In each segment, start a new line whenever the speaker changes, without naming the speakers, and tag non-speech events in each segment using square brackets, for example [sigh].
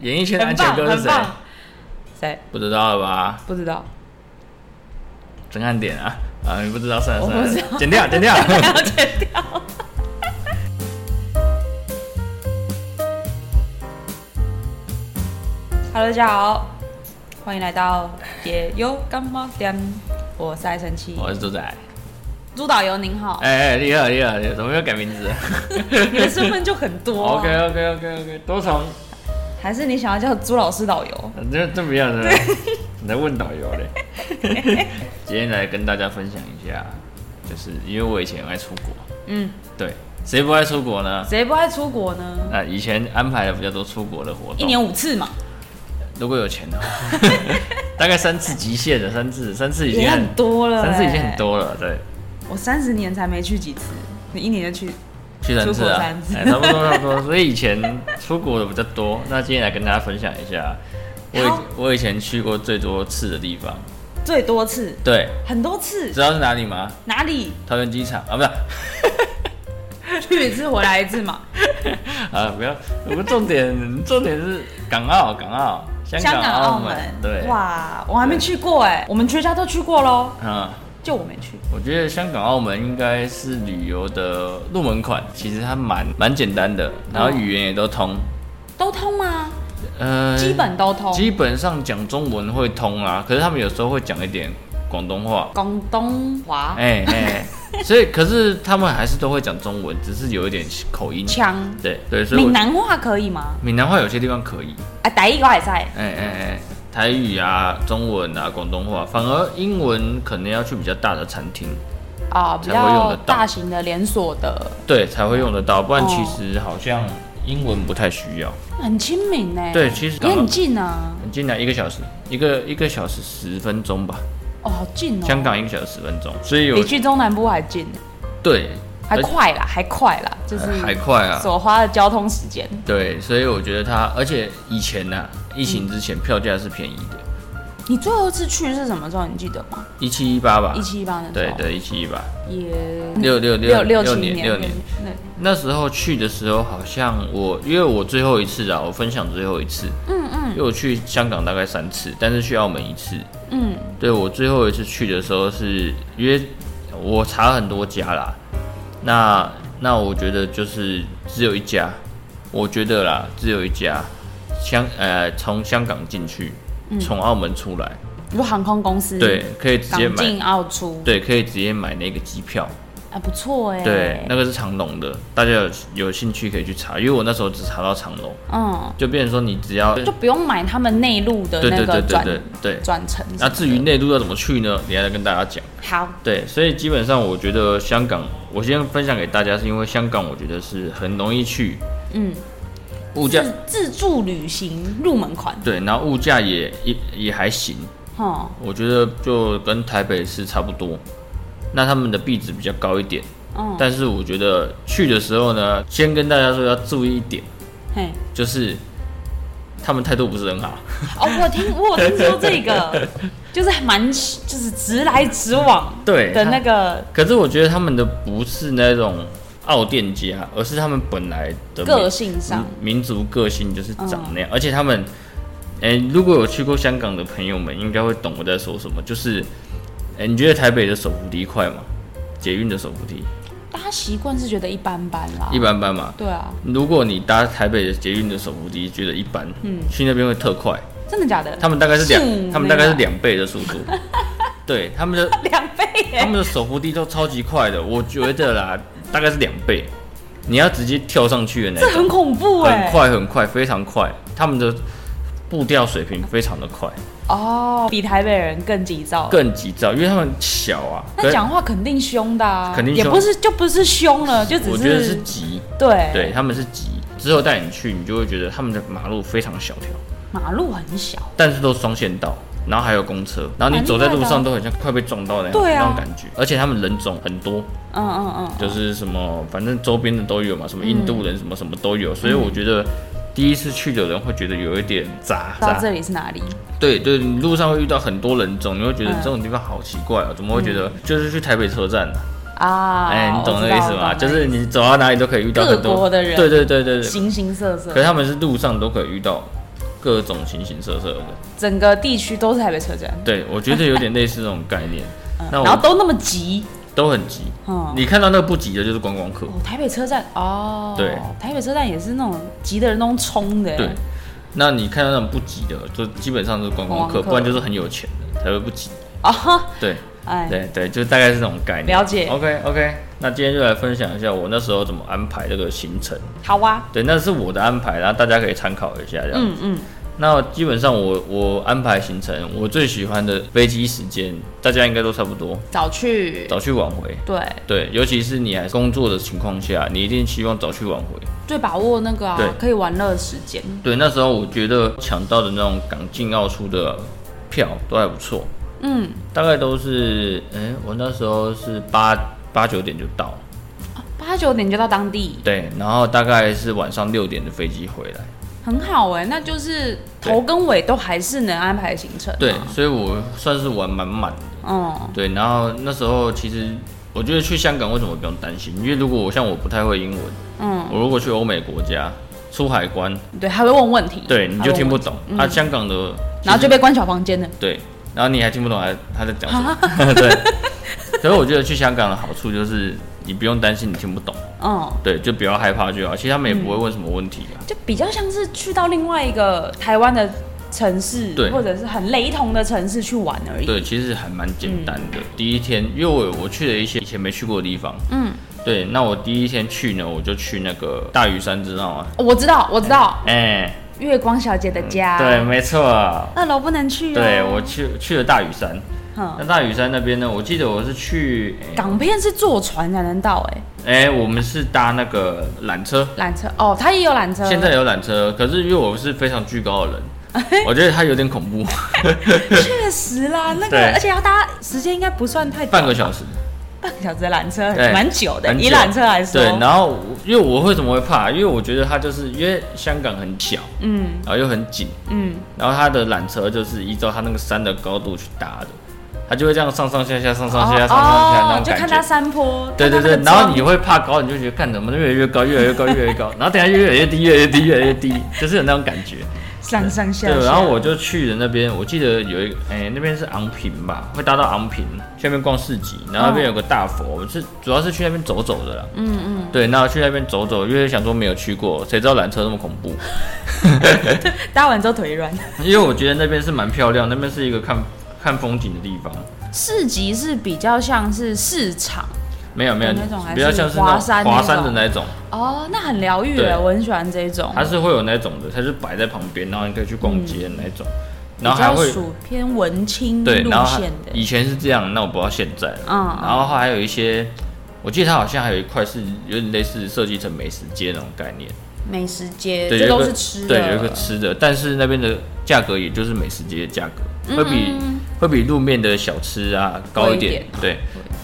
演艺圈的安
很
全
棒，
哥是
很
谁？
棒。谁？
不知道了吧？
不知道。
真看点啊！啊，你不知道算了
我
算
不知
了，
道
剪掉剪
[laughs]
掉。
要剪掉。Hello，大家好，欢迎来到野游干嘛店，我是爱神七，
我是猪仔。
朱导游
[laughs]
您好，
哎哎，厉害厉害，厉害怎么又改名字
你的身份就很多、啊。
？OK OK OK OK，多重，
还是你想要叫朱老师导游？
这这不要的。你在问导游
[laughs]
嘞？今天来跟大家分享一下，就是因为我以前很爱出国，
嗯，
对，谁不爱出国呢？
谁不爱出国呢？
那以前安排了比较多出国的活动，
一年五次嘛，
如果有钱
[laughs]
的话，大概三次极限的，三次三次已经
也很多了、欸哎
三次已经很。多了，对，
我三十年才没去几次，你一年就去，
去三次啊
出国三，次
哎，差不多差不多。所以以前出国的比较多，那今天来跟大家分享一下，我
好
以我以前去过最多次的地方，
最多次，
对，
很多次
知，道是哪里吗？
哪里
桃园机场啊，不是
去一次回来一次嘛？
啊，不要，我重点重点是港澳，港澳，香
香港、
澳
澳门，
对，
哇，我还没去过哎、我们全家都去过喽，
嗯。
就我没去。
我觉得香港、澳门应该是旅游的入门款，其实它蛮蛮简单的，然后语言也都通，
都通吗？
呃，
基本都通。
基本上讲中文会通啦，可是他们有时候会讲一点广东话，
广东话、
哎哎，所以可是他们还是都会讲中文，只是有一点口音，
腔、
对对，所以我
闽南话可以吗？
闽南话有些地方可以，
啊，第一个还在。
哎哎哎，台语啊、中文啊、广东话，反而英文可能要去比较大的餐厅，
啊，比
才会用
较
得到
大型的连锁的，
对才会用得到，不然
哦
其实好像英文不太需要。
很亲民呢。
对其实
也很近啊，
很近啊，一个小时，一个一个小时十分钟吧，
哦，好近哦，
香港一个小时十分钟，所以有
比去中南部还近，
对，
还
而
快啦，还快啦，就是
还快啊，
所花的交通时间。
对，所以我觉得它，而且以前呢、疫情之前票价是便宜的，
你最后一次去是什么时候？你记得吗？
一七一八吧
一，七一八的时
对
候，
对，一七一八，
也
六六
六
六
七
年六年，
对，
那时候去的时候，好像我因为我最后一次啊，我分享最后一次，
嗯嗯
因为我去香港大概三次，但是去澳门一次，
嗯，
对我最后一次去的时候是，因为我查很多家啦，那那我觉得就是只有一家，我觉得啦，只有一家香呃从香港进去，
嗯
从澳门出来，
你说航空公司
对，，可以直接
港
买，
进澳出，
对，可以直接买那个机票，
啊，不错哎，
对，那个是长龙的，大家有有兴趣可以去查，因为我那时候只查到长龙，
嗯，
就变成说你只要
就不用买他们内陆的
对
那
对
个
对对
转
对对，
转乘。
那至于内陆要怎么去呢？等一下再跟大家讲。
好，
对，所以基本上我觉得香港，我先分享给大家，是因为香港我觉得是很容易去，
嗯，
物价
自自助旅行入门款，
对，然后物价也也也还行，
哈，
我觉得就跟台北市差不多。那他们的币值比较高一点，
嗯，
但是我觉得去的时候呢，先跟大家说要注意一点，
嘿，
就是他们态度不是很好。
哦，我有听我有听说这个，
[laughs]
就是蛮就是直来直往
对
的那个
可是我觉得他们的不是那种傲店家，而是他嗯们本来的
个性上，
民族个性就是长那样，而且他们，哎、如果有去过香港的朋友们，应该会懂我在说什么。就是，哎、你觉得台北的手扶梯快吗？捷运的手扶梯
大家习惯是觉得一般般啦，
一，般般嘛。
对啊，
如果你搭台北的捷运的手扶梯觉得一般，嗯，啊去那边会特快。
真的假的？
他们大概是两
是，
他们大概是
没有
两倍的速 [laughs] 度。对，他们的
两倍耶，
他们的手扶梯都超级快
[laughs]
的，我觉得啦，大概是两倍。你要直接跳上去的那
这
种，
很恐怖哎，
很快很快，非常快，他们的步调水平非常的快，
哦，比台北人更急躁。
更急躁，因为他们小啊。
那
跟
讲话肯定凶的啊，
肯定
也
凶
不是就不是凶了，就只
我觉得是急，
对
对，他们是急。之后带你去，你就会觉得他们的马路非常小条，
马路很小，
但是都是双线道，然后还有公车，然
啊
后你走在路上都很像快被撞到那样
对啊
那种感觉。而且他们人种很多，
嗯嗯嗯，
就是什么反正周边的都有嘛，什么印度人什么什么都有，所以我觉得。第一次去的人会觉得有一点杂，
到这里是哪里？
对对，你路上会遇到很多人种，你会觉
嗯
得这种地方好奇怪啊，怎么会觉得就是去台北车站？
啊，
哎，你懂
我
那个
知道
意思吗？
我
就
懂那
是你走到哪里都可以遇到很
各
多
国的人
对对对对对。
个形形色
可是
色，
他们是路上都可以遇到各种形形色色的。
整个地区都是台北车站，
对，我觉得有点类似这种概念。那
嗯然后
我
都那么急，
都很急，
嗯，
你看到那个不急的就是观光客。
哦，台北车站哦，
对，
台北车站也是那种急的人都冲的，
对，那你看到那种不急的，就基本上都是观光客，
观光客
不然就是很有钱的才会不急。
啊哈，
对，
哎，
对对，就大概是这种概念。
了解
OK OK，那今天就来分享一下我那时候怎么安排这个行程。
好啊，
对，那是我的安排，然后大家可以参考一下这样。
嗯嗯，
那基本上我我安排行程，我最喜欢的飞机时间，大家应该都差不多，
早去，
早去晚回。
对，
对，尤其是你还工作的情况下，你一定希望早去晚回。
最把握那个啊
对，
可以玩乐的时间，
对，那时候我觉得抢到的那种港进澳出的票都还不错，
嗯，
大概都是，哎、我那时候是八八九点就到，
八九点就到当地，
对，然后大概是晚上六点的飞机回来，
很好哎，那就是头跟尾都还是能安排行程，啊
对，，所以我算是玩满满的。
嗯，
对，然后那时候其实我觉得去香港为什么不用担心？因为如果我像我不太会英文，
嗯，
我如果去欧美国家出海关，
对，还会问问题，
对，你
还
就
会
听不
问问题，
懂、啊，香港的，
嗯然后就被关小房间了，
对，然后你还听不懂他他在讲什
啊
么， [laughs] 对。可是我觉得去香港的好处就是你不用担心你听不懂，
嗯。
对，就不要害怕就好。其实他们也不会问什么问题啊，
就比较像是去到另外一个台湾的城市，
对
或者是很雷同的城市去玩而已。
对，其实还蛮简单的。第一天，因为我我去了一些以前没去过的地方，
嗯，
对，那我第一天去呢，我就去那个大屿山，知道吗？
我知道，我知道，
哎、
月光小姐的家，
对，，没错，
二楼不能去、哦。
对我去去了大屿山。
嗯，
那大屿山那边呢？我记得我是去，
港片是坐船才能到、
哎、哎我们是搭那个缆车，
哎，缆车哦，它也有缆车，
现在有缆车，可是因为我是非常巨高的人。
[laughs]
我觉得它有点恐怖，
确实啦，那
对
个而且要搭时间应该不算太短
半个小时。
哦半个小时的缆车
对
蛮久的，
很久
以缆车来说，
对，然后我因为我为什么会怕？因为我觉得它就是因为香港很小，
嗯
然后又很紧，
嗯，
然后它的缆车就是依照它那个山的高度去搭的，它就会这样上上下下、上上下下、上上下下那
哦，
种
就
感
看
觉
它。山坡，
对对
看
对
它那，个
然后
庄
你会怕高，你就觉得看怎么越来越高，越来越高，越来越高，然后等下越来越低，越来越低，越来越低，就是有那种感觉。
上上下下，
对，然后我就去了那边，我记得有一个，哎、那边是昂坪吧，会搭到昂坪去那边逛市集，然后那边有个大佛，我是主要是去那边走走的啦。
嗯嗯，
对，那去那边走走，因为想说没有去过，谁知道缆车那么恐怖？ [laughs]
搭完之后腿软。
因为我觉得那边是蛮漂亮，那边是一个看看风景的地方。
市集是比较像是市场
没有没有
那种，还是
比较像是那
华山
种华
那
山的
种
那种，
哦，那很疗愈
对
哎，我很喜欢这种，
它是会有那种的，它是摆在旁边，然后你可以去逛街的那种，
嗯比
然后还
较
会
属偏文青
对，
路
然后它
线的，
以前是这样，那我不知道现在了。
嗯
然后还有一些，我记得它好像还有一块是有点类似设计成美食街那种概念，
美食街
对，
这
有
都
一
是
个
吃的，
对，有一个吃的，但是那边的价格也就是美食街的价格，会比
嗯嗯嗯
会比路面的小吃啊高
贵
一
一
点
点，
对。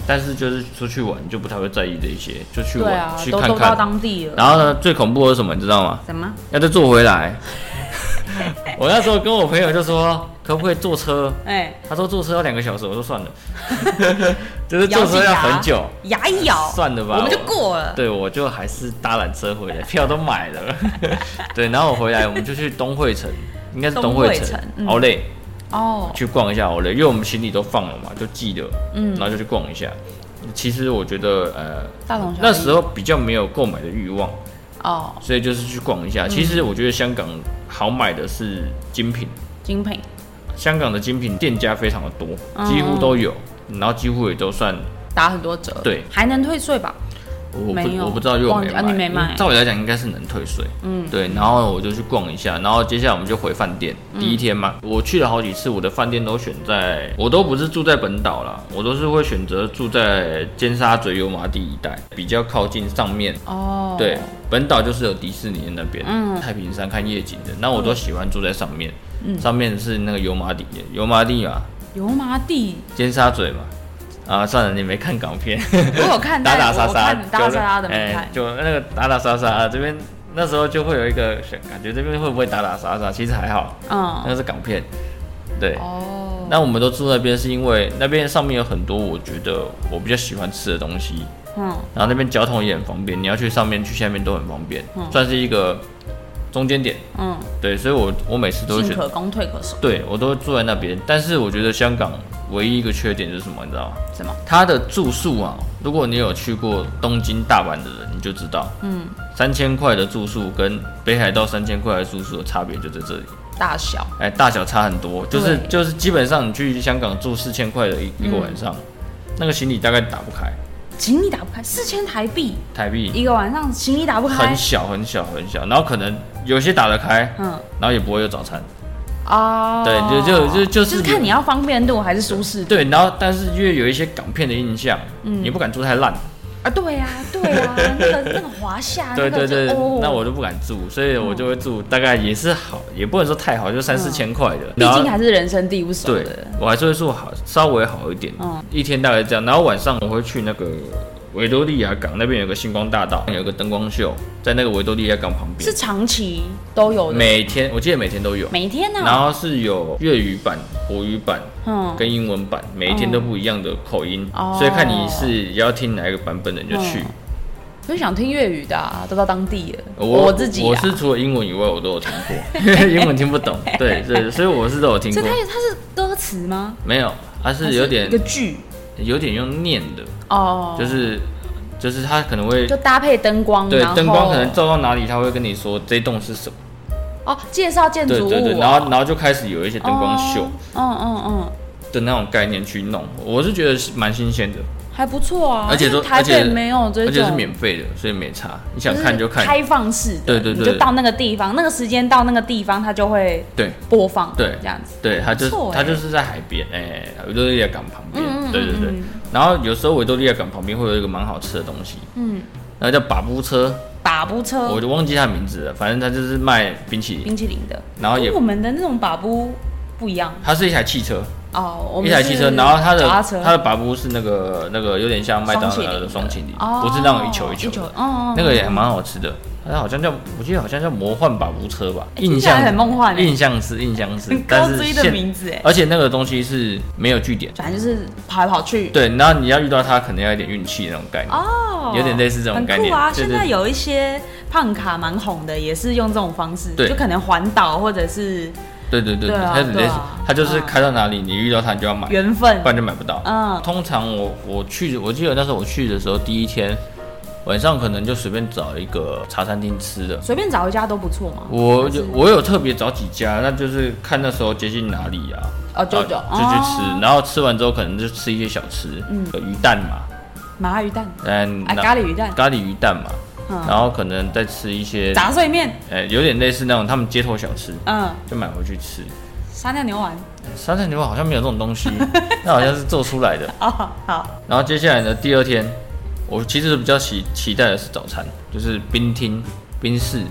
但是就是出去玩就不太会在意这一些，就去
对
玩
啊，
去
都
看
都到
看。
当地了，
然后呢，最恐怖的是什么，你知道吗？
什么？ [laughs]
要再坐回来。我那时候跟我朋友就说，可不可以坐车？
哎，
他说坐车要两个小时，我说算了， [laughs] 就是坐车要很久，
牙一咬，
[laughs] 算了吧，
啊我们就过
[laughs]
了，
对，我就还是搭缆车回来，票都买了。 [laughs] 对，然后我回来，我们就去东汇 [laughs] 城，应该是东汇
东汇
城
城，嗯
奥莱、
哦，
去逛一下奥莱，因为我们行李都放了嘛，就寄了，嗯，然后就去逛一下。其实我觉得，呃，
大同小异
那时候比较没有购买的欲望，
哦，
所以就是去逛一下。其实我觉得香港好买的是精品，
精品，
香港的精品店家非常的多，几乎都有，然后几乎也都算
打很多折，
对
还能退税吧？
我
没
不
有
我不知道，因为我
忘
没
记
买。
啊你没买
因为照理来讲应该是能退税。嗯，对。然后我就去逛一下，然后接下来我们就回饭店。
嗯
第一天嘛，我去了好几次，我的饭店都选在，我都不是住在本岛啦，我都是会选择住在尖沙咀油麻地一带，比较靠近上面。
哦，
对，，本岛就是有迪士尼那边，
嗯
太平山看夜景的，那我都喜欢住在上面。上面是那个油麻地，油麻地嘛，
油麻地，
尖沙咀嘛。啊，算了，你没看港片。
我有看，
[laughs] 打
但
打杀
我
杀，
看打打杀杀的没看
哎，就那个打打杀杀啊，这边那时候就会有一个感觉，这边会不会打打杀杀？其实还好，
嗯，
那是港片。对，
哦，
那我们都住那边是因为那边上面有很多我觉得我比较喜欢吃的东西，
嗯。
然后那边交通也很方便，你要去上面去下面都很方便，算是一个中间点，
嗯，
对，所以我我每次都会
进
选，
可攻退可守，
对我都会住在那边。但是我觉得香港唯一一个缺点就是什么，你知道吗？
什么？
它的住宿啊，如果你有去过东京、大阪的人，你就知道，
嗯，
三千块的住宿跟北海道三千块的住宿的差别就在这里。
大小，
哎，大小差很多，就是
对嗯
就是基本上你去香港住四千块的一一个晚上，那个行李大概打不开，
行李打不开，四千台币
台币
一个晚上，行李打不开
很，小很小很小，然后可能有些打得开，
嗯，
然后也不会有早餐，
哦，
对就就就就是
就是看你要方便度还是舒适度
对，然后但是因为有一些港片的印象，嗯，也不敢住太烂，
啊，对呀，对呀，那个那个华夏，
对
那个
对
就
对，
哦
那我就不敢住，所以我就会住大概也是好，也不能说太好，就三四千块的，
嗯毕
然后
竟还是人生地不熟
对
的，，
我还是会住好，稍微好一点，
嗯
一天大概这样。然后晚上我会去那个维多利亚港那边有个星光大道，有个灯光秀，在那个维多利亚港旁边
是，长期都有的，嗯
每天我记得每天都有，
每天呢，啊
然后是有粤语版、国语版
嗯，
跟英文版，每一天都不一样的口音，
哦
所以看你是要听哪一个版本的你就去。
嗯就想听粤语的啊，都到当地了，自己
我
啊，
是除了英文以外我都有听过， [laughs] 英文听不懂，对对，所以我是都有听
所
过
以，它也它是歌词吗？
没有，它
还
是有点
一个剧
有点用念的。
哦，
就是就是他可能会
就搭配灯光，
对
然后
灯光可能照到哪里，他会跟你说这栋是什么，
哦，介绍建
对
筑物哦，
对对，然后然后就开始有一些灯光秀
哦，嗯嗯嗯，
的那种概念去弄，我是觉得是蛮新鲜的，
还不错啊，
而且
因为
都
台
而且
北没有这种，
而且是免费的，所以没差，你想看就
就是
看，
开放式的，
对对对
你就到那个地方，那个时间到那个地方，它就会
对
播放，
对
这样子，
对，他就
不错欸
他就是在海边，哎，维多利亚港旁边
嗯嗯，
对对对
嗯，
然后有时候维多利亚港旁边会有一个蛮好吃的东西，
嗯，
然后叫把布车，
把布
我
车
就忘记它名字了，反正它就是卖冰淇淋，
冰哦淇淋的，
然后也
跟我们的那种把布不一样
它是一台汽车，
哦，我们
一台
是
汽车，然后它的
脚踏车
它的拔布是那个那个有点像麦当
双
劳
擎
的
的
双擎的，
哦，
不是那种一球一
一
球的，
哦哦，
那个
[laughs]
也蛮好吃的。它好像叫，我记得好像叫魔幻拔布车吧，
哎
印
听起来
象
很梦幻欸
印象是印象是
很，
但
高
是
追的
现
名字哎，
而且那个东西是没有据点，
反正就是跑来跑去，
对，然后你要遇到它，可能要一点运气那种概念。
哦，
有点类似这种概念
很酷啊！
对对
现在有一些胖卡蛮红的，也是用这种方式，
对
就可能环岛或者是
对对对
对啊
它很类似
对啊，
它就是
嗯
开到哪里，你遇到它你就要买，
缘分
不，然就买不到。
嗯，
通常我我去，我记得那时候我去的时候，第一天晚上可能就随便找一个茶餐厅吃的，
随便找一家都不错嘛。
我有我有特别找几家，那就是看那时候接近哪里啊，
哦，舅舅
然后就去吃，然后吃完之后可能就吃一些小吃，嗯，鱼蛋嘛，
麻辣鱼蛋，
嗯，
啊，
那
咖喱鱼蛋，
咖喱鱼蛋嘛，
嗯，
然后可能再吃一些，
杂碎面，
呃，有点类似那种他们街头小吃，
嗯，
就买回去吃。
沙尿牛丸，
沙县牛好像没有这种东西， [laughs] 那好像是做出来的。
哦，好，
然后接下来呢，第二天，我其实比较期期待的是早餐，就是冰厅、冰室，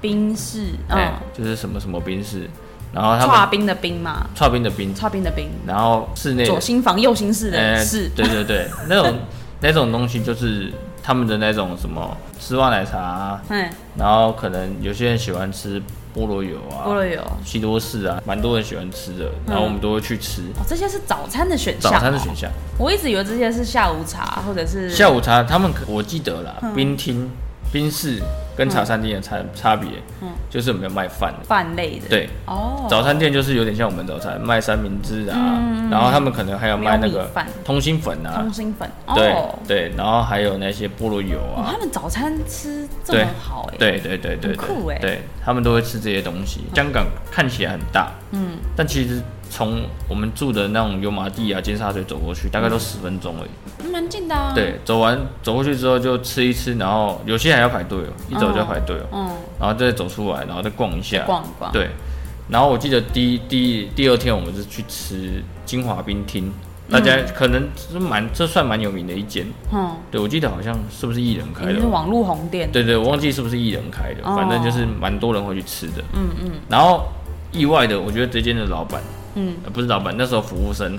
冰室，
哎、
嗯，
就是什么什么冰室，然后他
串
们
冰的冰嘛，
刨冰的冰，
串冰的冰，
然后室内的
左心房右心室
呃
的室，
[laughs] 对对对，那种那种东西就是他们的那种什么丝袜奶茶啊、
嗯，
然后可能有些人喜欢吃菠萝油啊、
菠萝嗯油，哦，
西多士啊，蛮多人喜欢吃的，然后我们都会去吃。
这些是早餐的选项，哦
早餐的选，项，
我一直以为这些是下午茶或者是
下午茶他们可我记得啦，
嗯
冰厅、冰室跟茶餐厅的差差别，就是有没有卖饭的。
饭类的，，
对，
嗯哦，嗯
早餐店就是有点像我们早餐卖三明治啊，然后他们可能还有卖那
没有
个
米饭
通心粉啊
通，心粉，
对
哦，
对，然后还有那些菠萝油
哇，
啊，
他们早餐吃这
对
么好哎、
对对对对，
很酷
对
欸
对他们都会吃这些东西。香港看起来很大，嗯，但其实从我们住的那种油麻地啊、尖沙咀走过去，大概都十分钟而已。
嗯蛮近的啊。，
对，走完走过去之后就吃一吃，然后有些还要排队哦，一走就要排队哦，
嗯，
然后再走出来，然后再逛一下，
逛一逛，
对，然后我记得第一第一第二天我们是去吃金华冰厅，大家可能是蛮这算蛮有名的一间，
嗯，
对我记得好像是不是艺人开
也
的哦
是，网络红店，
对对，我忘记是不是艺人开的，
哦
反正就是蛮多人会去吃的。嗯嗯。然后意外的，我觉得这间的老板，
嗯，
呃不是老板，那时候服务生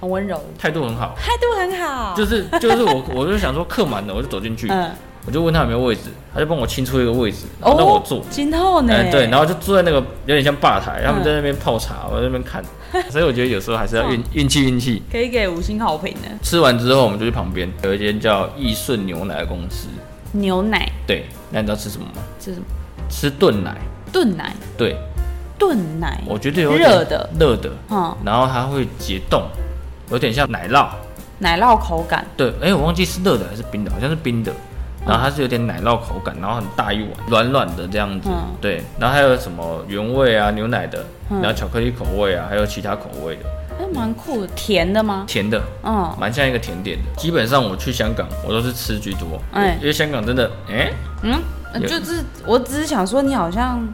很温柔，
态度很好，
态度很好，
就是就是我 [laughs] 我就想说客满了，我就走进去，
嗯，
我就问他有没有位置，他就帮我清出一个位置，
哦
让我坐。
今后呢、
哎，对，然后就坐在那个有点像吧台，
嗯
他们在那边泡茶，我在那边
[laughs]
看，所以我觉得有时候还是要运
哦
运气运气。
可以给五星好评呢。
吃完之后，我们就去旁边有一间叫益顺牛奶的公司，
牛奶
对，那你知道吃什么吗？
是什么？
吃炖奶，
炖奶，
对，
炖奶，
我觉得有点
热的
热的，
嗯，
然后它会解冻，有点像奶酪。
奶酪口感，
对，哎、我忘记是热的还是冰的，好像是冰的。
嗯
然后它是有点奶酪口感，然后很大一碗，软软的这样子。
嗯
对，然后还有什么原味啊、牛奶的，
嗯
然后巧克力口味啊，还有其他口味的，
还哎蛮酷的，甜的吗？
甜的，
嗯，
蛮像一个甜点的。基本上我去香港，我都是吃居多，
哎
因为香港真的，哎、
嗯，呃
有
就是我只是想说，你好像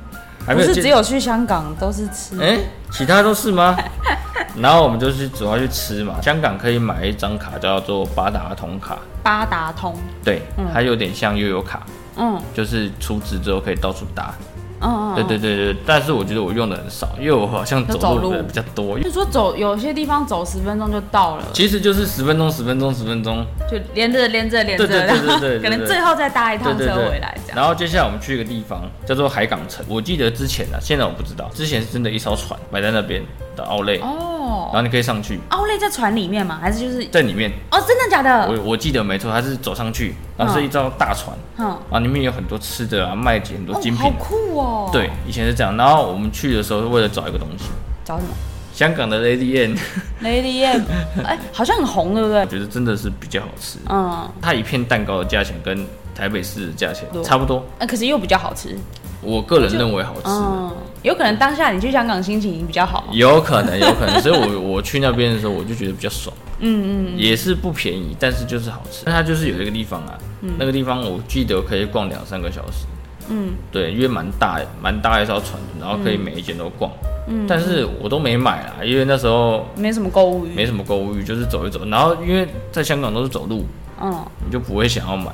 还
不
没有
是
见
只有去香港都是吃，
哎、其他都是吗？ [laughs] 然后我们就是主要去吃嘛。香港可以买一张卡叫做八达通卡，
八达通，
对，它有点像悠游卡，
嗯
就是充值之后可以到处打。
嗯嗯，
对对对对，但是我觉得我用的很少，因为我好像
要
走
走
路
路
的比较多。
嗯，就说走有些地方走十分钟就到了，
其实就是十分钟，十分钟，十分钟。
就连着连着连着，
对对对对
然后
对对
可能最后再搭一
对
趟
对
车
对
回来这。样。
然后接下来我们去一个地方叫做海港城，我记得之前啊，现在我不知道，之前是真的一艘船摆在那边的奥莱，然
哦，
后你可以上去，
奥利在船里面吗？还是就是
在里面，
哦，真的假的？
我我记得没错，它是走上去，然后是一艘大船，
嗯，
啊，里面有很多吃的啊，卖很多精
哦，好
品。
酷哦。
对，，以前是这样。然后我们去的时候，为了找一个东西，
找什么
香港的 Lady N，
？Lady M，哎， [laughs] 好像很红，对不
我
对？
觉得真的是比较好吃。
嗯，
它一片蛋糕的价钱跟台北市的价钱
对
差不多，
哎，可是又比较好吃。
我个人认为好吃。
嗯，有可能当下你去香港心情比较好。
有可能，有可能，所以我 [laughs] 我去那边的时候，我就觉得比较爽，
嗯嗯，
也是不便宜，但是就是好吃。那它就是有一个地方啊，那个地方我记得可以逛两三个小时，
嗯，
对，因为蛮大蛮大一艘船的，然后可以每一间都逛，嗯，但是我都没买啦，因为那时候
没什么购物欲。
没什么购物欲，就是走一走。然后因为在香港都是走路，
嗯啊、
你就不会想要买，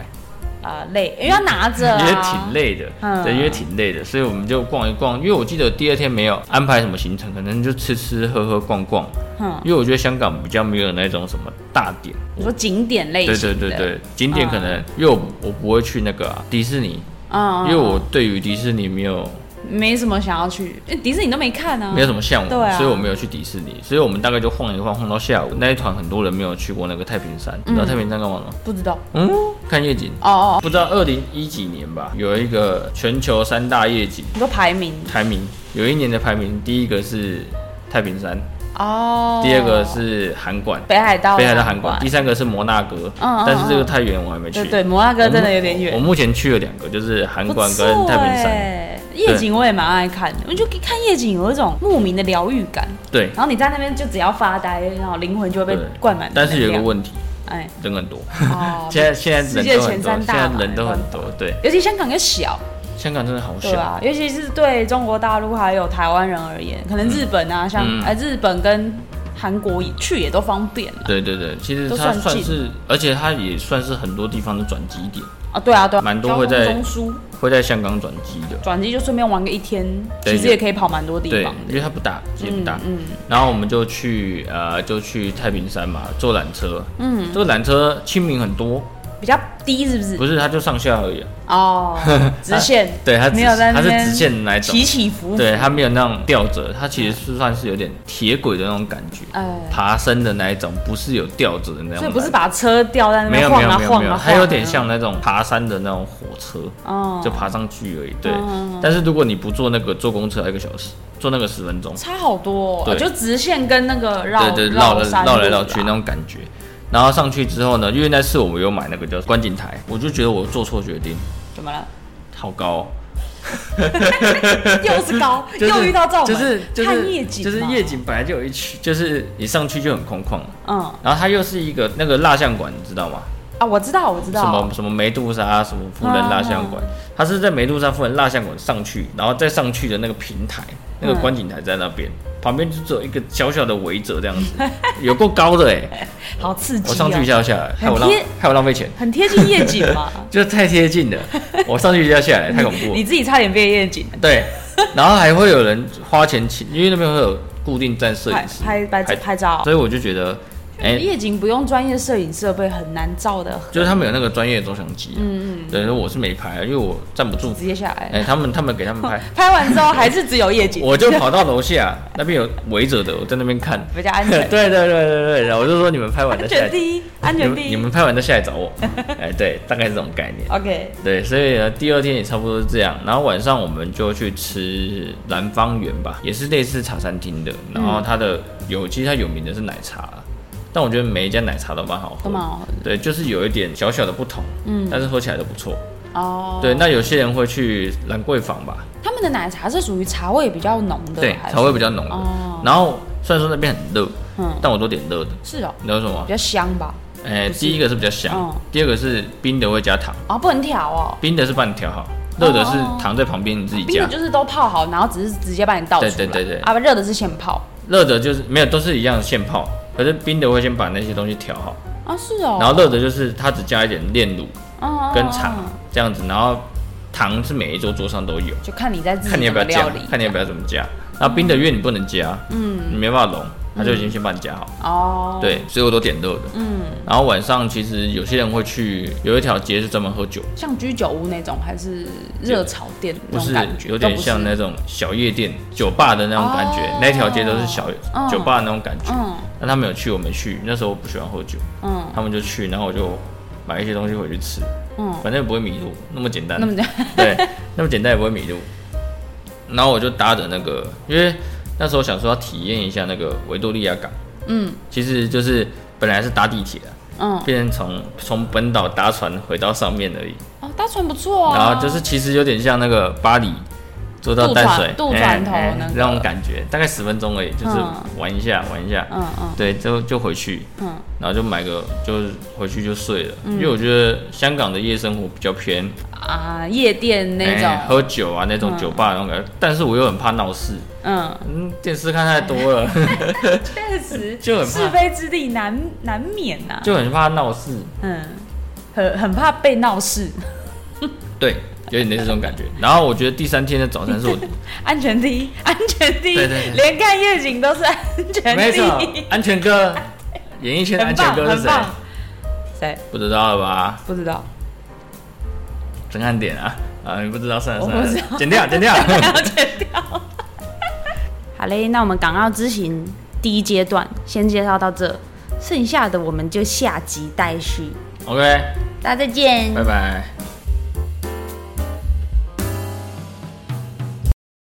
累，因为要拿着、啊。
因为挺累的，
嗯
对，因为挺累的，所以我们就逛一逛。因为我记得第二天没有安排什么行程，可能就吃吃喝喝逛逛。
嗯，
因为我觉得香港比较没有那种什么大点，
你说景点类型
对
哎的。嗯
对对对，景点可能因为我我不会去那个、啊、迪士尼，
嗯。嗯，
因
嗯
为我对于迪士尼没有
没什么想要去，因为迪士尼都没看啊。
没有什么向
对
往，
啊
所以我没有去迪士尼，所以我们大概就晃一晃，晃到下午。那一团很多人没有去过那个太平
嗯
山，你知道太平山干嘛吗？
不知道。
嗯，看夜景。
哦哦，
不知道二零一几年吧，有一个全球三大夜景
你说排名
排名，有一年的排名，第一个是太平山，
哦。
第二个是函馆，
北海道，
北海道函馆，第三个是摩纳哥，
嗯嗯
但是这个太远我还没去。
对对，摩纳哥真的有点
我
远。
目前去了两个，就是函
不
馆
错
跟太平山。
欸夜景我也蛮爱看的，我就看夜景有一种莫名的疗愈感。
对
然后你在那边就只要发呆，然后灵魂就会
对
被灌满。
但是有一个，问题， [laughs]
哎，
人很多。，
哦
现在现在
世
人
界
都很
前
多，
三
现
大
在
嘛
人都
没办
很
法
多。对，
尤其香港又小，
香港真的好
对
小。
啊，尤其是对中国大陆还有台湾人而言，可能日本啊，像
嗯
呃日本跟韩国也去也都方便啊了
对对对，其实
都
它
算
算
近
是，而且它也算是很多地方的转机点，
啊，对啊对啊，
蛮多会在
交通中枢
会在香港转机的。
转机就顺便玩个一天，
对
其实也可以跑蛮多地
对
方，
因
的，
为它不大，也不大。
嗯
然后我们就去呃，就去太平山嘛，坐缆车。嗯，这个缆车清明很多，
嗯，比较低是不是？
不是它就上下而已啊、
哦，
[laughs]
直线，
对，它直
没有在
它
那
是
边
直线的那一种
起，起伏伏，
对，它没有那种吊着，它其实是算是有点铁轨的那种感觉，
呃，
爬升的那一种，不是有吊着的那种感觉。
所以不是把车吊在那
没
边
有
晃
没有
啊
没有
晃
没有，
啊，
它有点
晃啊
像那种爬山的那种火车，
哦，
就爬上去而已。对
嗯，
但是如果你不坐那个坐公车要一个小时，坐那个十分钟，
差好多、哦
对，
就直线跟那个绕
对对，绕了
山
绕
路啊
来
啦
绕去那种感觉。然后上去之后呢，因为那次我们有买那个叫观景台，我就觉得我做错决定，
怎么了？ [laughs]
好高哦、
又是高，
[laughs] 就是
又遇到这种
就是就是
看夜景，
就是夜，景本来就有一区，就是你上去就很空旷，
嗯
然后它又是一个那个蜡像馆，你知道吗？
啊，我知道我知
什
道嗯
么，什么梅杜莎，什么夫人蜡像馆，它是在梅杜莎夫人蜡像馆上去，然后再上去的那个平台，那个观景台在那边，旁边就只有一个小小的围着
[laughs]
这样子，有够高的哎、
好刺激、哦，
我上去一，下下来，害我浪
很贴
害我浪费钱，
很贴近夜景
[laughs]
嘛，
就是太贴近
[laughs]
了，我上去一下下来太恐怖
你
了，
自己差点变夜景了，
对，然后还会有人花钱请，因为那边会有固定站摄
拍
影师
拍拍拍照，
所以我就觉得哎、
夜景不用专业摄影设备很难照的，
就是他们有那个专业的照相机、嗯嗯，对，我是没拍，因为我站不住。
直接下来。
哎、他们他们给他们拍，
拍完之后还是只有夜景，
我就跑到楼下那边有围着的，我在那边看。
比较
[laughs]
安
对
全。
对对对对，然后我就说你们拍完再
安
下来
全，第一，安
你
全
们
第
你
一。
们拍完再下来找我。哎、对，大概是这种概念。
OK，
对，所以呢，第二天也差不多是这样。然后晚上我们就去吃兰芳园吧，也是类似茶餐厅的。然
嗯
后它的有，其实它有名的是奶茶，但我觉得每一家奶茶都蛮好
都
喝
蛮。好的
对，就是有一点小小的不同，嗯，但是喝起来都不错。
哦。
对，那有些人会去兰桂坊吧，
他们的奶茶是属于茶味比较浓的，
对
还，是
茶味比较浓的。
哦
然后虽然说那边很热，
嗯
但我都点热的。
是哦，
你知道为什么吗
比？较香吧？
哎、
不是
第一个是比较香，
嗯
第二个是冰的会加糖，
啊，不能调哦，
冰的是帮你调好，热的是
哦
糖在旁边你自己
冰
加。
的就是都泡好，然后只是直接帮你倒出来，
对对对对
啊，不热的是现泡
热的就是没有，都是一样的现泡，可是冰的会先把那些东西调好，
啊，是哦，
然后热的就是它只加一点炼乳
后
跟茶这样子，然后糖是每一桌桌上都有，
就看你在自
看你
己
要不
怎嗯么
要
料
加
理，，
看你要不要怎么加。然后冰的因为你不能加，嗯，你没办法融，它就已经先帮你加好。
哦，，
对，所以我都点热的，嗯。然后晚上其实有些人会去，有一条街是专门喝酒，
像居酒屋那种还是热炒店
不
那种
是
感觉，
有点
都不是
像那种小夜店、酒吧的那种感觉，
哦
那条街都是小
嗯
酒吧那种感觉。
嗯
那他们有去，我没去。那时候我不喜欢喝酒，
嗯
他们就去，然后我就买一些东西回去吃，
嗯，
反正也不会迷路，那么简单。
那么
对， [laughs] 那么简单也不会迷路。然后我就搭着那个，因为那时候想说要体验一下那个维多利亚港，
嗯
其实就是本来是搭地铁的，啊
嗯
变成从从本岛搭船回到上面而已。
哦，搭船不错啊，
然后就是其实有点像那个巴黎坐到
渡
淡
船
水
渡
哎
船头
哎
那个
那种感觉，大概十分钟而已，就是
嗯
玩一下玩一下，
嗯嗯
对，就就回去，
嗯
然后就买个，就是回去就睡了，因为我觉得香港的夜生活比较偏
啊，夜店那
哎
种，
喝酒啊那种酒吧那种感觉，但是我又很怕闹事，
嗯，
嗯，电视看太多了， [laughs]
确实
就很怕
是非之地难难免呐，
就很怕闹事，
嗯，很很怕被闹事，
对，有点类似这种感觉。然后我觉得第三天的早餐是我，
安全第一， [laughs] 安全第一，
对对对
连看夜景都是安全
没
第
错
一，，
安全哥，演艺圈的安
很
全
棒，
哥是
很
谁？
棒。谁？
不知道了吧？
不知道， [laughs]
陈汉典啊，啊，你不知道算了
我
算
不知
了，剪掉剪 [laughs]
[laughs]
掉。
要剪掉。好嘞，那我们港澳之行第一阶段先介绍到这，剩下的我们就下集待续。
OK，
大家再见，
拜拜。